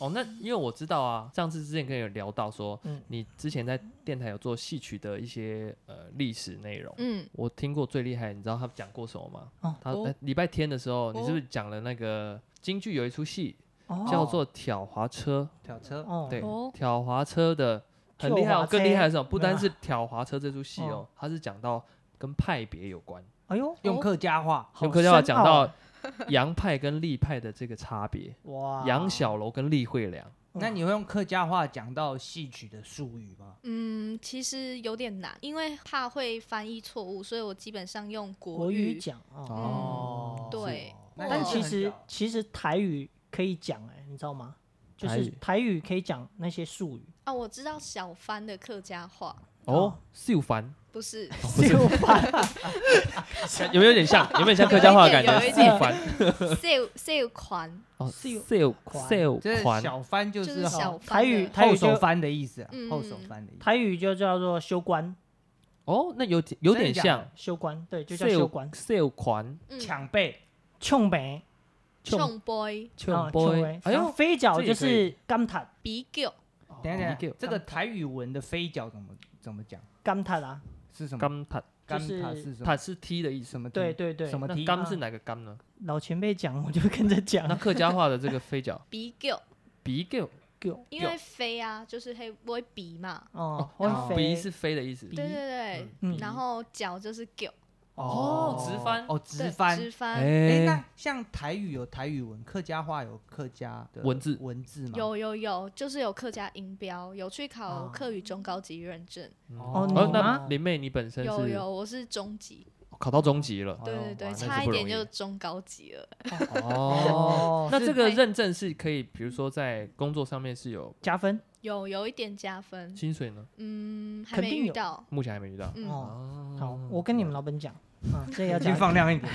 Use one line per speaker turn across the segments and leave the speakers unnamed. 哦，那因为我知道啊，上次之前跟你有聊到说，
嗯
你之前在电台有做戏曲的一些呃历史内容。
嗯，
我听过最厉害，你知道他讲过什么吗？
哦
他
哦
呃礼、拜天的时候，
哦
你是不是讲了那个京剧有一出戏、
哦
叫做《挑滑车
挑车》？
哦
对，
哦
挑滑车的很厉害
跳
哦
滑，
更厉
车
害的是什么？不单
嗯
是挑滑车这出戏哦，它是讲到跟派别有关。
哎呦，
用客家话，
用
好
客家话
深
讲
奥啊
到 杨派跟立派的这个差别，
哇，
杨小楼跟厉慧良。
那你会用客家话讲到戏曲的术语吗？
嗯，其实有点难，因为怕会翻译错误，所以我基本上用国
国语讲哦，
哦对
是哦
但
那
但
也是
其
很
实
屌
其实台语可以讲哎，你知道吗？就
台
是
语
台语可以讲那些术语，
啊，我知道小番的客家话，
哦，秀凡
不是，
不是
就把
有没有点像？有没有像客家话的感觉？
有一
秀
点
凡
秀秀款，
哦，
秀
秀
款
秀
这
款
小翻就
就是
后
小
台
番
语
的
台
后
语
手
就
翻的意思啊，
嗯
后手翻的意思。
台语就叫做修官，
哦，那有点有点
真的假
像
的
修官对，就叫修官，
秀款
嗯
抢背
冲北
冲 boy
穷
啊，
boy，
哎
哎
呦，
呦，
飞脚
这也
就
可以
是甘塔
比狗
等一下，等
一
一
个
下，这个台语文的飞脚怎么怎么讲？
甘塔啦，
是什么？
甘塔
甘
就是
塔是什么
塔？是 T 的意思。
什么？
对，对对
什，么
那
踢啊
甘是哪个甘呢？
老前辈讲我就跟着讲
那，客家话的这个飞脚
比狗，
鼻狗
因为飞啊，就是会会比嘛，
哦
哦，
哦
会
鼻
飞
是飞的意思
鼻。
对对
嗯
对，然后脚就是狗，
哦直翻
哦，
对
直翻。
直翻，
哎，
哎
那像台语有台语文，客家话有客家的
文字
文字吗？
有有有，就是有客家音标，有去考
哦
客语中高级认证，
嗯
哦
你
哦，那
吗
林妹你本身
有
是
有，我是中级，
考到中级了。
对对
哎
对，
呦
是
差一
不容
点就
易
中高级了。
哦，
哦，
那这个
是
认证是可以，比如说在工作上面是有
加分
有有一点加分，
薪水呢，
嗯，还
肯
没
定
遇
有
到，
目前还没遇到。
嗯，
哦。
哦
好，我跟你们老板讲啊，这要
眼睛
讲
放 亮一点。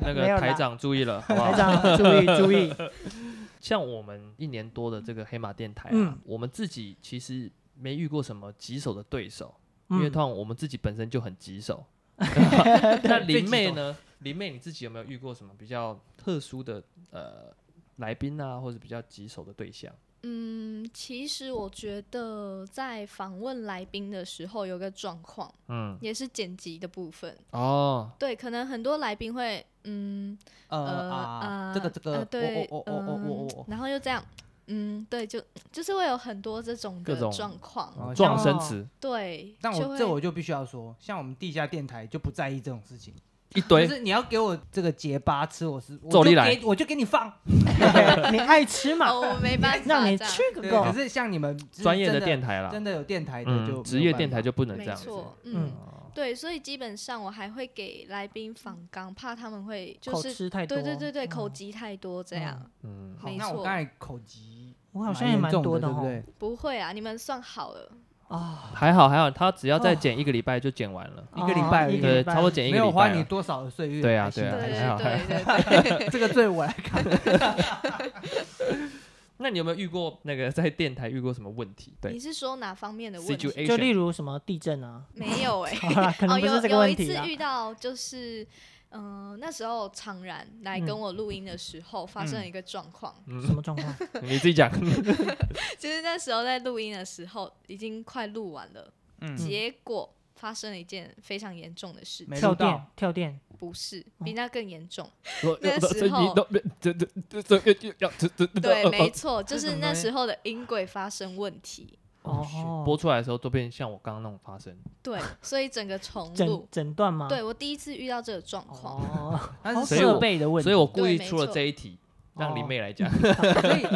那
没有
个
啦
台长啊注意了，好不
台
好？
长注意注意，
像我们一年多的这个黑马电台啊
嗯，
我们自己其实没遇过什么棘手的对手，因为
嗯
通，常我们自己本身就很棘手。 那林妹呢？林妹你自己有没有遇过什么比较特殊的呃来宾啊，或者比较棘手的对象？
嗯，其实我觉得在访问来宾的时候有个状况，
嗯，
也是剪辑的部分。
哦，
对，可能很多来宾会，嗯，
呃
呃
啊，
呃
这个这哦
呃
个，
对，
我我我我我我
嗯然后又这样，嗯，对，就就是会有很多这种
各
的
种
状况，
我，
哦
呃
撞
像
生词
对，
但
就
我
会
这我就必须要说，像我们地下电台就不在意这种事情，
一
就
堆，
是你要给我这个结巴吃，我是我
揍
就
你来
给我就给你放。
你爱吃嘛，
哦，我没办法，
让你
这样
吃个
对，
够
可。是像你们就是
专业
真
的
的
电台啦，
真的有电台的就
嗯，职业电台
就
就不能这
没
样子。哦
错，
嗯
嗯，对，所以基本上我还会给来宾访纲，怕他们会就
口
是
吃太多，
对对对对，口
嗯
疾太多这样，
嗯，
好
没
那我
错
刚才口疾，
我好像也蛮多的
对不
哦
对？
不会啊，你们算好了，
啊，
还好还好，他只要再剪一个礼拜就剪完了，
一个礼拜而已
哦一个
哦对，
礼拜
差不多剪一
没
个礼
有花
拜
你
了。
多少的岁月。
对啊
还行
对啊
对
还
还
行
好
对对 对，
这个对我来看，
那你有没有遇过那个 在电台遇过什么问题？
你
对
是说哪方面的问题？
就例
，situation
如什么地震啊，
没有 哎、
好啦，啊可
哦，
能不
有
是这个
有
问
一
题
次
啦。
遇到就是，嗯、那时候常然来
嗯
跟我录音的时候，发生了一个状况，
嗯
什么状况？
你自己 讲。
就是那时候在录音的时候已经快录完了，
嗯
结果发生了一件非常严重的事情，
没
跳
录到
电，跳电，
不是
哦
比那更严 重，
那
那时候
这这这这这要这这
对，没错，就
这
是
哦怎么
那
了
时候的音轨发生问题，
哦
播出来的时候都变像我刚刚那种发生。
对，所以整个重
诊
录，
诊断
嗯
吗？
对我第一次遇到这个状况，
哦，
但是
所以我
设备的问题，
所以我故意
对没
出了
错
这一题，让林妹来讲。
所以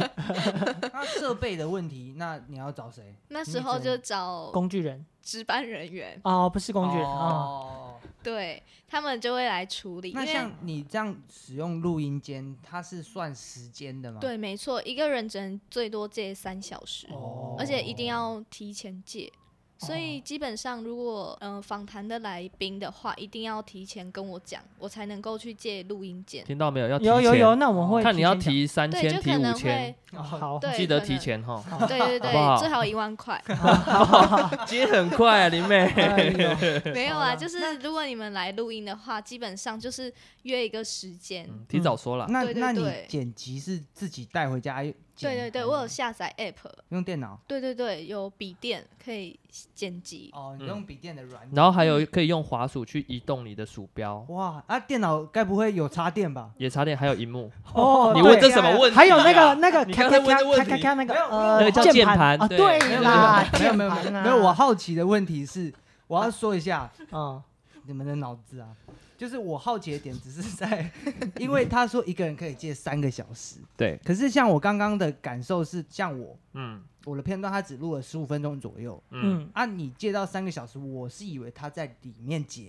那设备的问题，那你要找谁？
那时候就找
工具人
值班人员，
哦，不是工具人啊，
哦。
对他们就会来处理，因
那
为。
像你这样使用录音间，它是算时间的吗？，
对，没错，一个人只能最多借三小时，
哦
而且一定要提前借。所
哦
以基本上，如果嗯访谈的来宾的话，一定要提前跟我讲，我才能够去借录音间。
听到没有？要提
哦有有
前
有，那我们会
看你要
提前
提三
对，
千，
就
提
可
五
能会
千，
讲好，
对，
记得
可
提
能。哦
前哈。
对
好
对
不好
对，最好一万块。
接很快啊，林妹。
哎呦
没有
好啦
啊，就是如果你们来录音的话，基本上就是约一个时间。
嗯提早说了，
那
对对
那你
对
剪辑是自己带回家哎
对
剪
对对，
还
我有
是
下载 app，
用电脑
对对对，有笔电可以剪辑。
哦，你
嗯
用笔电的软体。
然后还有可以用滑鼠去移动你的鼠标，
哇啊，电脑该不会有插电吧？
也差点还有荧幕。
哦，
你
对
问这什么问题啊？
还有那个那个
你
咔
刚才
咔
问
咔
的问
咔咔
题
咔那个
没有
呃
那个叫键盘
啊，
对
对
没
没有
啦，
没有没有
键盘啊
没有，我好奇的问题是，我要说一下
嗯，
你们的脑子啊，就是我好奇的点只是在， 因为他说一个人可以借三个小时，
对，
可是像我刚刚的感受是，像我
嗯
我的片段他只录了十五分钟左右。
嗯，
嗯，
啊，你借到三个小时，我是以为他在里面剪，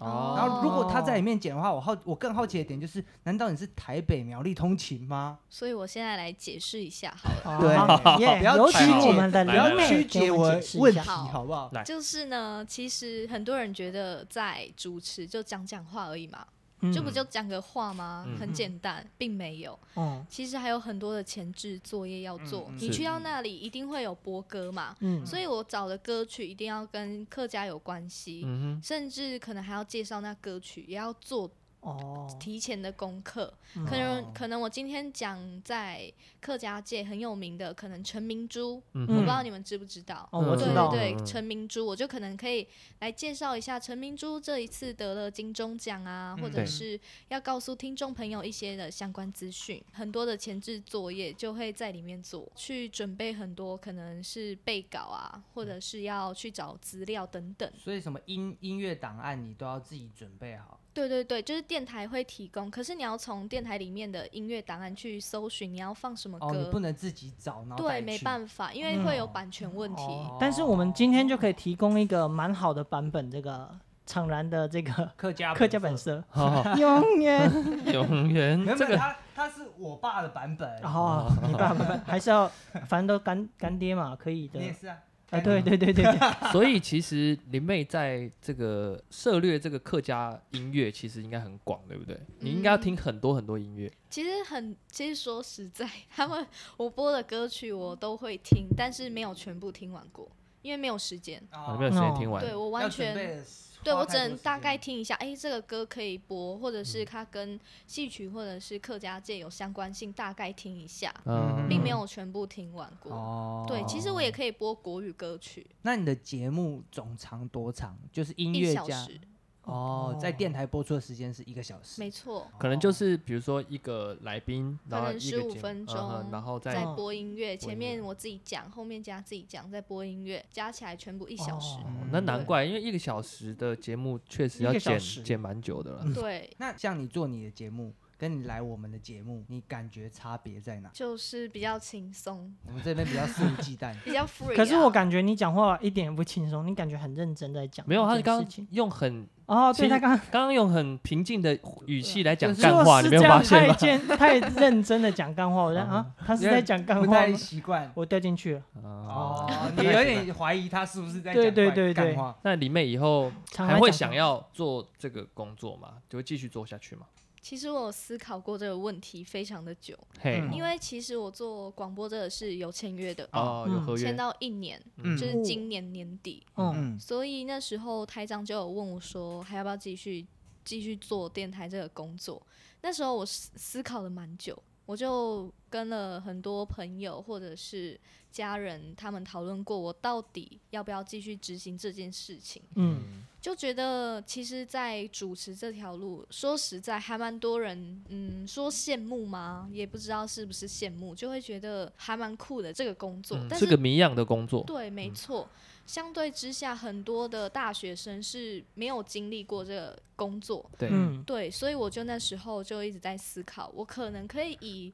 哦，
然后如果他在
哦
里面剪的话，我好我更好奇的点就是，难道你是台北苗栗通勤吗？
所以我现在来解释一下好了，
对
好耶
不要
有
曲
请
解
我们的
不
来
林
要
来
妹
曲
给
解
我
我
们解释一
问题
下。
好
好不好？
来
就是呢，其实很多人觉得在主持就讲讲话而已嘛，
嗯
这不就讲个话吗？
嗯
很简单，并没有。
嗯
其实还有很多的前置作业要做。
嗯嗯
你
是
去到那里一定会有播歌嘛，
嗯，
所以我找的歌曲一定要跟客家有关系，
嗯
甚至可能还要介绍那歌曲，也要做
哦，
提前的功课。
嗯
可
哦
能可能我今天讲在客家界很有名的，可能陈明珠，
哼，嗯
我不
哼
知道你们知不知道。
哦，我
嗯
对
知道，
对
嗯
对，陈明珠，我就可能可以来介绍一下陈明珠这一次得了金钟奖啊，
嗯
或
对
者是要告诉听众朋友一些的相关资讯，很多的前置作业就会在里面做，去准备很多可能是备稿啊，或者是要去找资料等等。
所以什么音音乐档案你都要自己准备好。
对对对，就是电台会提供，可是你要从电台里面的音乐档案去搜寻你要放什么
哦，你不
歌，
能自己找，然后
对，
再
没
去嗯
办法，因为会有版权问题。
哦但是我们今天就可以提供一个蛮好的版本，这个怅然的这个
哦客家
客家本
本色。
色，
好好，
永远
永远
没有，
这
没有
个
他他是我爸的版本，
哦，你爸爸还是要，反正都干干爹嘛，可以的
你。也是啊。
啊，对对对对对，
所以其实林妹在这个涉略这个客家音乐，其实应该很广，对不对？你应该要听很多很多音乐。
其实很，其实说实在，他们我播的歌曲我都会听，但是没有全部听完过，因为没有时间。
啊，
哦，
没有时间听完。
对我
我
完全，对我只能大概听一下，哎，这个歌可以播，或者
嗯
是它跟戏曲或者是客家界有相关性，大概听一下，
嗯，
并没有全部听完过。
哦
对，其实我也可以播国语歌曲，
那你的节目总长多长？就是音
一
乐
小
家
时，
哦，在电台播出的时间是一个小时，
没错，
可能就是比如说一个来宾，
可
然后
能
一个
十五
节目
分
嗯哼
钟，
然后
再
再
哦
播音乐，前
播音乐
面我自己讲，后面加自己讲，再播音乐，加起来全部一小时。
哦
嗯
那难怪，因为一个小时的节目确实要
一个小
剪
时
剪蛮久的了。
对，
那像你做你的节目，跟你来我们的节目，你感觉差别在哪？
就是比较轻松，
我们这边比较肆无忌 惮
比较 free、啊。
可是我感觉你讲话一点也不轻松，你感觉很认真在讲。
没有，他
刚
刚刚用很
哦，
其
对他
实
刚刚
刚刚用很平静的语气来讲
啊
就是
干话，你没有发现
太
吗？嗯
监太认真的讲干话，我在啊，他是在讲干
不
话
太
吗，
习 惯。
我掉进去了。
哦，
哦，你有点怀疑他是不是在讲
对对
干
对
干
对
话
那李妹以后
常来
还会
讲
想要做这个工作吗？就会继续做下去吗？
其实我有思考过这个问题非常的久，
嘿，
嗯
因为其实我做广播这个是有签约的，
哦，有
嗯
合
签
约，
到一年，
嗯
就是今年年底。
嗯，
嗯，
所以那时候台长就有问我说，还要不要继续继续做电台这个工作？那时候我思思考了蛮久，我就跟了很多朋友或者是家人，他们讨论过我到底要不要继续执行这件事情。
嗯，
就觉得其实，在主持这条路，说实在还蛮多人，嗯，说羡慕吗？也不知道是不是羡慕，就会觉得还蛮酷的这个工作。
嗯
但
是
是，
个谜样的工作。
对，没
嗯
错。相对之下，很多的大学生是没有经历过这个工作，
对，
嗯
对，所以我就那时候就一直在思考，我可能可以以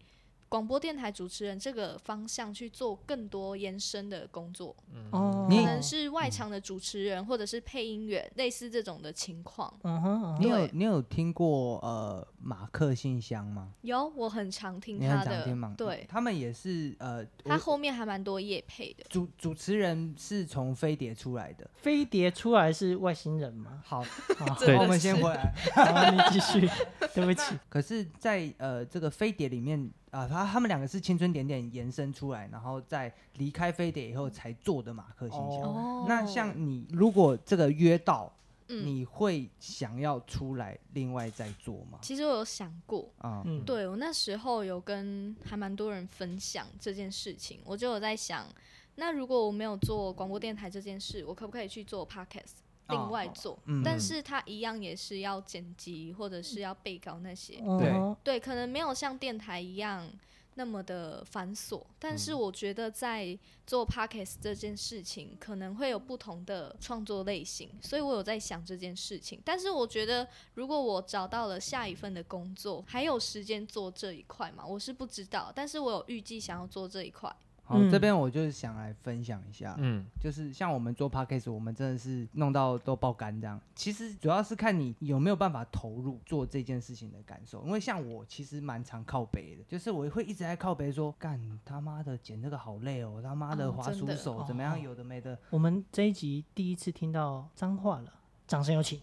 广播电台主持人这个方向去做更多延伸的工作，
嗯
哦，
你
可能是
嗯
外场的主持人或者是配音员，类似这种的情况。
嗯哼嗯哼，
你有
对
你有听过呃马克信箱吗？
有，我很常听
你很
他
常
的
听吗？，
对
他们也是呃，
他
我
后面还蛮多夜配的。
主主持人是从飞碟出来的。
飞碟出来是外星人吗？
好，
啊，
对
我们先回来。
好你 继续，对不起，
可是在，呃这个飞碟里面啊，他、他们两个是青春点点延伸出来，然后在离开飞碟以后才做的马克信箱。
哦
那像你如果这个约到，
嗯
你会想要出来另外再做吗？
其实我有想过，
啊、
嗯，
对我那时候有跟还蛮多人分享这件事情，我就有在想，那如果我没有做广播电台这件事，我可不可以去做 podcast？
哦
另外做，
嗯
但是它一样也是要剪辑或者是要背稿那些，
对
嗯哼
对，可能没有像电台一样那么的繁琐，但是我觉得在做 podcast 这件事情，可能会有不同的创作类型，所以我有在想这件事情。但是我觉得，如果我找到了下一份的工作，还有时间做这一块嘛，我是不知道，但是我有预计想要做这一块。
好，
嗯
这边我就是想来分享一下，
嗯，
就是像我们做 podcast，我们真的是弄到都爆肝这样。其实主要是看你有没有办法投入做这件事情的感受，因为像我其实蛮常靠北的，就是我会一直在靠北说，干他妈的剪这个好累哦，他妈的
哦
滑
真
鼠
的
手怎么样，有的没的。
我们这一集第一次听到脏话了，掌声有请。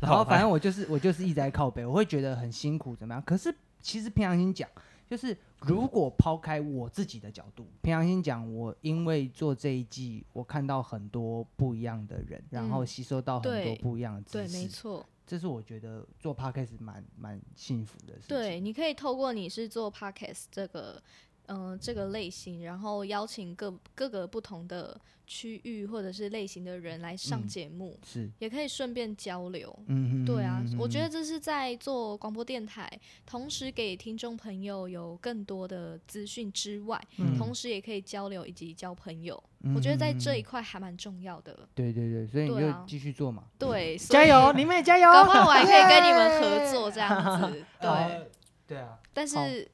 然后反正我就是我就是一直在靠北，我会觉得很辛苦怎么样？可是其实平常心讲，
嗯
就是如果抛开我自己的角度，平常心讲，我因为做这一季，我看到很多不一样的人，然后
嗯
吸收到很多
对
不一样的知
对，
识，
没错，
这是我觉得做 podcast 蛮蛮幸福的事情。
对，你可以透过你是做 podcast 这个。嗯、这个类型，然后邀请各各个不同的区域或者是类型的人来上
嗯
节目，
是，
也可以顺便交流。
嗯哼
对啊
嗯哼，
我觉
嗯
得这是在做广播电台，同时给听众朋友有更多的资讯之外，
嗯
同时也可以交流以及交朋友。
哼
我觉得在这
嗯
一
哼
块还蛮重要的。
对对对，所以你
对
就
啊
继续做嘛。
对，
加
所以
油，林妹加油！
搞不好我还可以跟你们合作这样 子。对，
呃，对啊，
但
好
是，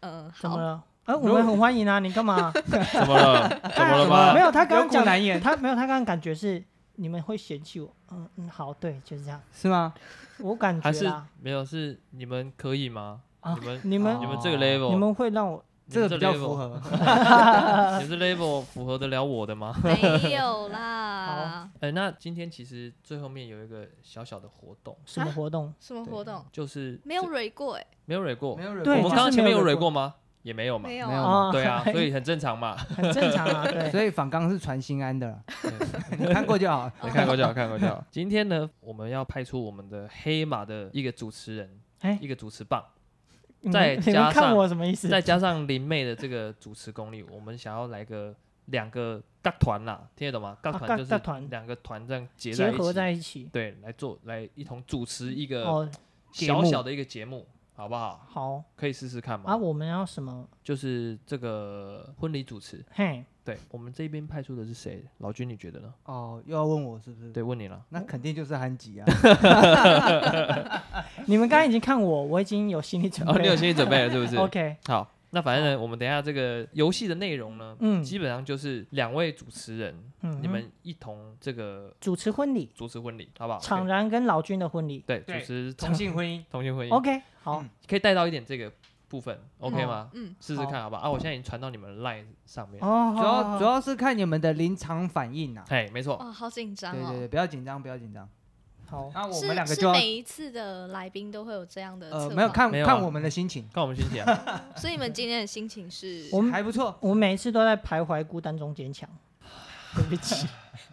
嗯，
怎么
好，
了？呃，我们很欢迎啊，你干嘛？
怎么了？ 哎怎么了
没
吗？
有，他刚刚
苦
讲
难言
他没有，他刚刚感觉是你们会嫌弃我。嗯嗯，好，对，就是这样。
是吗？
我感
还
觉
是
啦，
没有？是你们可以吗？
啊
你们
你们
你们这个
哦
level，
你们会让我
你
这
们
个比较
level
符合。
你们这 level 符合得了我的吗？
没有啦。
哎，那今天其实最后面有一个小小的活动，
什么活
嗯
动？
什么
对
活动？
就是
没有蕊过哎，
没有蕊过，
没有人
对
我
就
们
是
刚刚前
没
面
有
有
蕊
蕊
过
过吗？也没有嘛，
没有
没有
啊。
啊
哦，
对 啊，所以很正常嘛。
很正常啊，对。
所以反刚是传新安的啦，
对
你看过就好。
你看过就好，看过就好。今天呢，我们要派出我们的黑马的一个主持人，
哎
一个主持棒，
你
再
们你
加
们看
上
我什么意思？
再加上林妹的这个主持功力，我们想要来个两个大团啦，听得懂吗？大
啊
团
尬
就
尬
是
团
两个团这样结在
结
一起，
合在一起。
对，来做来一同主持一个
哦，
节目
小小的一个节目，好不好？
好
可以试试看吗？
啊，我们要什么？
就是这个婚礼主持，
嘿，
对我们这边派出的是谁？老君，你觉得呢？
哦，又要问我是不是？
对，问你了。
那肯定就是韩吉啊。
你们刚刚已经看我，我已经有心理准备
哦，
了。
你有心理准备了是不 是？
OK，
好，那反正呢，我们等一下这个游戏的内容呢，
嗯
基本上就是两位主持人，
嗯，
你们一同这个
主持婚礼，
主持婚礼，好不好？
厂然跟老君的婚礼。
对，
对
主持同
同性婚姻，
同性婚姻，
OK，好
嗯，
可以带到一点这个部分，OK 吗？
嗯，
试试看，好吧？啊，我现在已经传到你们 LINE 上面，
哦，
主
好好
要
好
主要是看你们的临场反应呐。
哎，没错，
哇，好紧张
对对
哦
对，。不要紧张，不要紧张。
好，
那我
是
们两个
是
就要
每一次的来宾都会有这样的
呃，
策
没有
划
看
没有啊
看我们的心情，
看我们心情 啊，
所以你们今天的心情是
我们
还不错。
我们每一次都在徘徊孤单中坚强。对不起，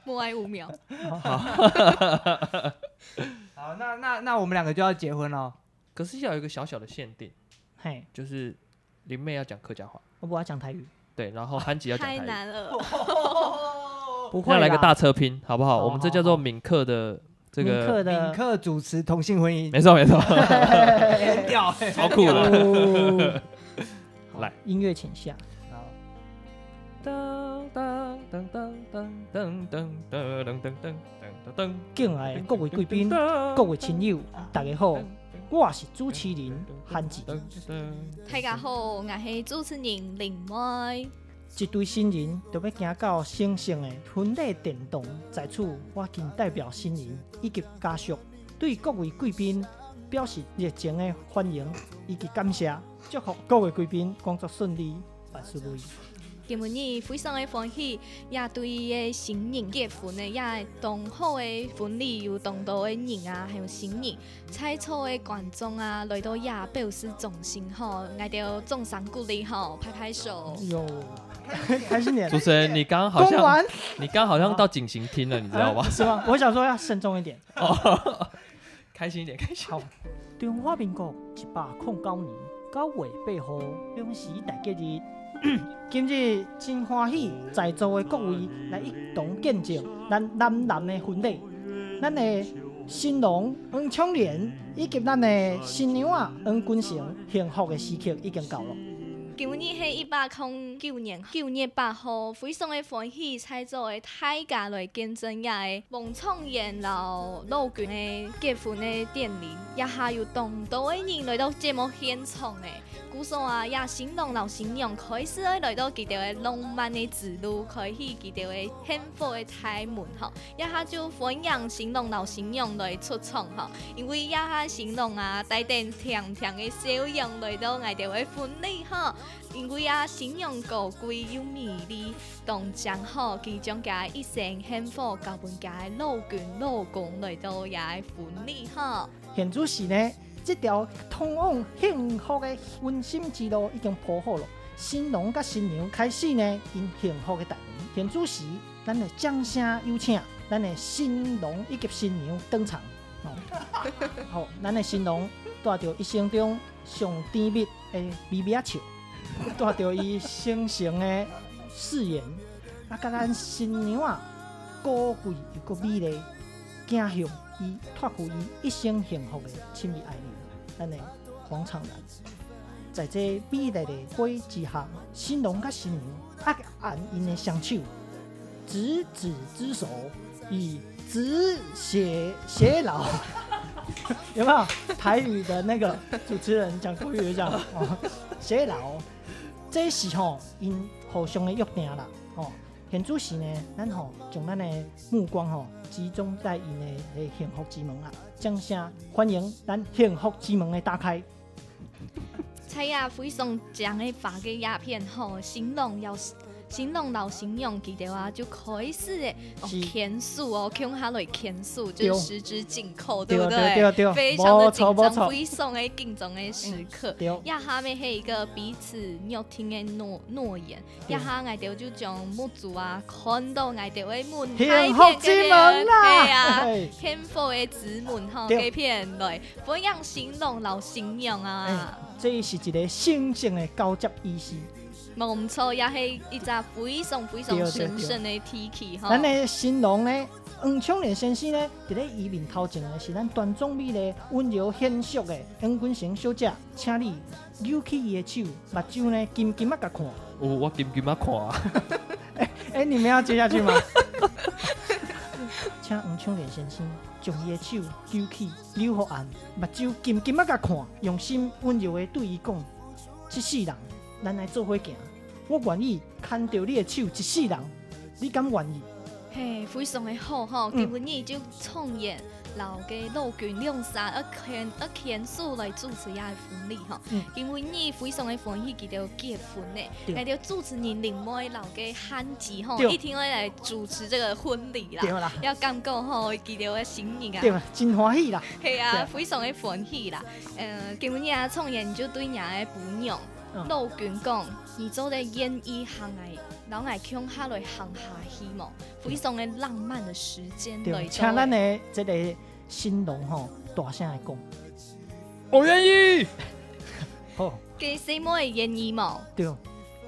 默哀五秒。
好，那那那我们两个就要结婚了。
可是要有一个小小的限定，
嘿，
就是林妹要讲客家话，
我不要讲台语，
对，然后憨吉要讲
太
台语，
难了，哦
不会
要来个
啦哦
大车拼，好不好？
好
我们这
好
叫做
好
闽客的这
民
个，
克
敏
的。
克主持同性婚姻，
没错 没错，
很屌欸。
超酷的。，
哦
来
好音乐请下。
好
噔噔噔噔噔噔噔噔噔噔噔噔噔，
敬爱的各位贵宾、各位亲友，大家好，我是主持人韩吉。
大家好，我是主持人林妹。
一对新人就要行到神圣的婚礼殿堂，在此我谨代表新人以及家属，对各位贵宾表示热情的欢迎以及感谢，祝福各位贵宾工作顺利，万事如意。
今日你非常的欢喜，也对伊的新人结婚的，也同好的婚礼有同道的人啊，还有新人，采草的观众啊，来到亚贝尔斯中心吼，挨到众赏鼓励吼，拍拍手。
哟，开心点
主，持人，你刚刚好
公
像
完
你刚刚好像到警行厅了，你知道吧？
是吗？我想说要慎重一点。
开心一点，开心。
好，中华民国一百零九年九月八号，中时大吉日。 今日真欢喜，在座的各位来一同见证咱男男的婚礼，咱的新郎黄庆莲以及咱的新娘啊黄君成幸福的时刻已经到了。
今日迄一百空九年九月八号，非常的欢喜，采做的太家来见证也的梦创演老陆军的结婚的典礼，也下有同道的人来到节目现场的，鼓手啊也新郎老新娘开始来到佢哋的浪漫的之路，开启佢哋的幸福的开门吼，也下就欢迎新郎老新娘来出场吼。因为亚哈行动啊，带点甜甜的小样来到我哋的婚礼哈。因为啊，形容高贵又美丽，同将好其中嘅一生幸福，交本家的老公老公来到也的婚礼哈。
现主时呢，这条通往幸福的温馨之路已经铺好了。新郎甲新娘开始呢，因幸福的大门。现主时，咱的掌声有请咱的新郎以及新娘登场。哦好、咱的新郎带着一生中上甜蜜的微微笑，带着伊深情的誓言，啊，甲咱新娘啊，高贵又个美丽。走向伊托付伊一生幸福的亲密爱恋，咱的黄长男，在这美丽的花之下，新郎甲新娘握按因的双手，执子之手，以止血偕老。 有没有台语的那个主持人讲国语讲哦，偕老，这是吼因互相的约定啦，哦吼、现主时呢，咱吼将咱的目光吼集中在因的诶幸福之门啊，掌声欢迎咱幸福之门的打开。
蔡亚非常强的发给鸦片吼，新郎要新郎老新娘记得啊，就开始的哦
是
天数哦，用下来天数就
对
是十指紧扣，
对
不
对对对
非常的
没错
紧
没
张，
错嗯
非常的紧张的时刻。
对，
亚哈咪是一个彼此没有听的诺诺言，
对
亚哈爱着就将木族啊，看到爱着的门
幸福之门
对
啦！
啊，
嘿
天父的子门吼，
对
给骗来，不样形容老形容啊。
这是一个圣性的交接仪式。
冇错，也是一只非常非常
对对
神圣的天气吼。
咱的新郎呢，黄昌莲先生呢，伫咧伊面头前的是咱端庄美丽、温柔贤淑的黄君成小姐，请你扭起伊的手，目睭呢金金啊甲看。
我我给给妈看啊，
哎、你们要接下去吗？请黄秋莲先生将伊的手揪起，留互安，目睭金金啊甲看，用心温柔的对伊讲：一世人，咱来做伙行。我愿意牵着你的手一世人，你敢愿意？
嘿，非常的好吼，
嗯
基本你就创业老家老军两三啊天啊天数来主持遐的婚礼吼
嗯，
因为你非常的欢喜，佮着结婚
对
呢，佮着主持人另外老家汉子吼，
对
一定会来主持这个婚礼
对
啦。
啦，
要感觉吼，记得的新人
对
啊，
啦，真欢喜啦。
系
对
啊，非常的欢喜啦。呃，今年啊，创业你就对人家的姑娘
嗯
陆军讲，你做的演艺行业，然后爱向下来行下希望，非常的浪漫的时间来
对，
到
请咱的这个新郎吼大声来讲，
我愿意。
哦
好，
给什么的演艺嘛？
对。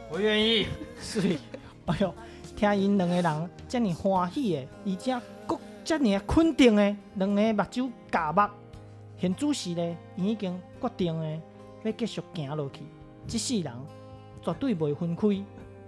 我愿意。
水，哎哟，听因两个人遮尔欢喜的，而且搁遮尔肯定的，两个目睭夹目。现主席呢，伊已经决定的，要继续行落去，一世人绝对袂分开，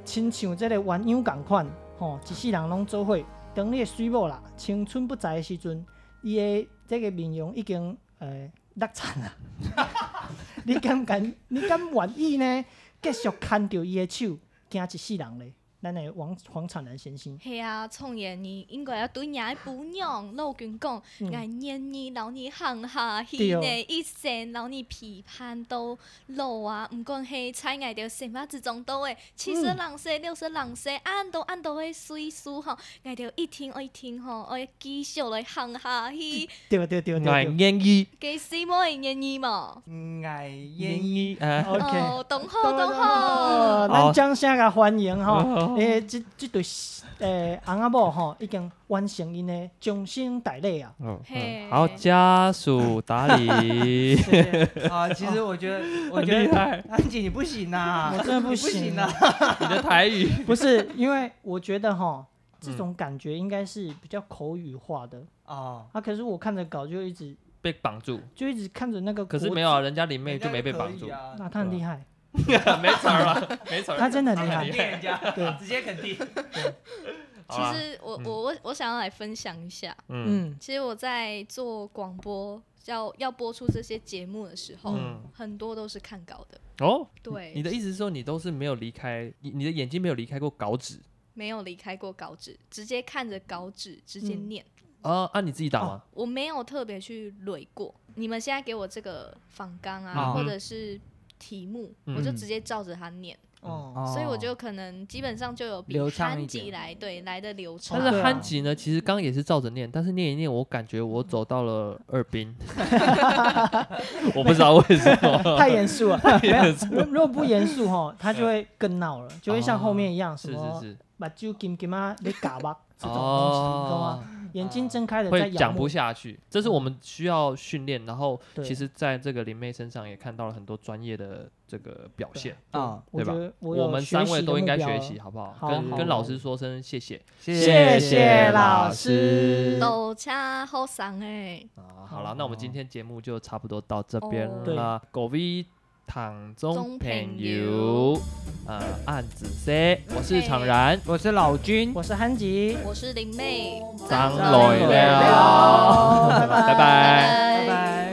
亲像即个鸳鸯共款，吼、一世人拢做伙。当你的水某啦，青春不在的时阵，伊的即个面容已经呃落惨 啊。你敢敢，你敢愿意呢？继续牵着伊的手，行一世人咧。咱的王黄产南先生，
系啊，创业你应该要对伢不让老君讲，
嗯
俺年你老你行下去
对哦
呢，一生老你批判到老啊，毋管系菜爱着生活之中都会七十
嗯
人说六十人说，按都按都会水输吼，爱着一听一听吼，我会继续来行下去，
对对对对
爱
对
愿意，
给死莫会年你嘛，
爱烟
愿意啊，
，OK。
哦，懂好懂好，
好
哦咱掌声甲欢迎
哦
吼！诶，即即对诶翁仔某吼，已经完成因的终身大 礼啊！
嗯，
嘿
嗯好，家属打理，
啊！其实我觉得，我
很
觉
厉
得
害，
安姐你不行呐，
我真的不
你不啊
行
呐。
你的台语，
不是，因为我觉得
嗯
哈，这种感觉应该是比较口语化的、
哦，
啊。可是我看着稿就一直
被绑住，
就一直看着那个，
可是没有，啊，人家林妹就没被绑住，
啊
那、他很厉害，
没词儿了，没词儿，
他真的很厉
他肯
害。
定人家，
对，
直接肯定。
好
其
啦，
实我
嗯
我我我想要来分享一下。
嗯
嗯
其实我在做广播，要要播出这些节目的时候，
嗯，
很多都是看稿的，
哦，
对，
你的意思是说你都是没有离开，你你的眼睛没有离开过稿纸
没有离开过稿纸，直接看着稿纸直接
嗯
念，
啊？按你自己打
哦
吗？
我没有特别去捋过。你们现在给我这个访纲
嗯
啊，或者是题目，
嗯
我就直接照着它念，
哦，
哦
所以我就可能基本上就有比
流畅一
韩
点
籍来对来的流畅
但。
对
是
啊
憨吉呢，其实刚刚也是照着念，但是念一念，我感觉我走到了二 滨，我不知道为什 么。
太严肃了。没有，如如果不严肃哈，他就会更闹了，就会像后面 一样，什
是
么
是是，
把酒金金啊，你嘎 巴这种东西，你懂
哦
吗？，眼睛睁开了在
会
仰
讲
慕
不，下去，这是我们需要训练。然后，
对
其实在这个林妹身上也看到了很多专业的这个表现，
啊，
我
对
觉
吧
得我
我
有
们
学
三
习
位
的
都应
目
该
标
学
了
习，好不好？
好
跟
好
跟
好
老师说声谢谢，
谢谢老师
抖恰好上哎，
啊，好了，那我们今天节目就差不多到这边
哦
了。各位唐中
中
朋
朋
友
友，
呃，案子 C，我是常然，
我是老君，
我是韩吉，
我是林妹，
张
磊
磊
了
了，
拜
拜拜。
拜
拜拜。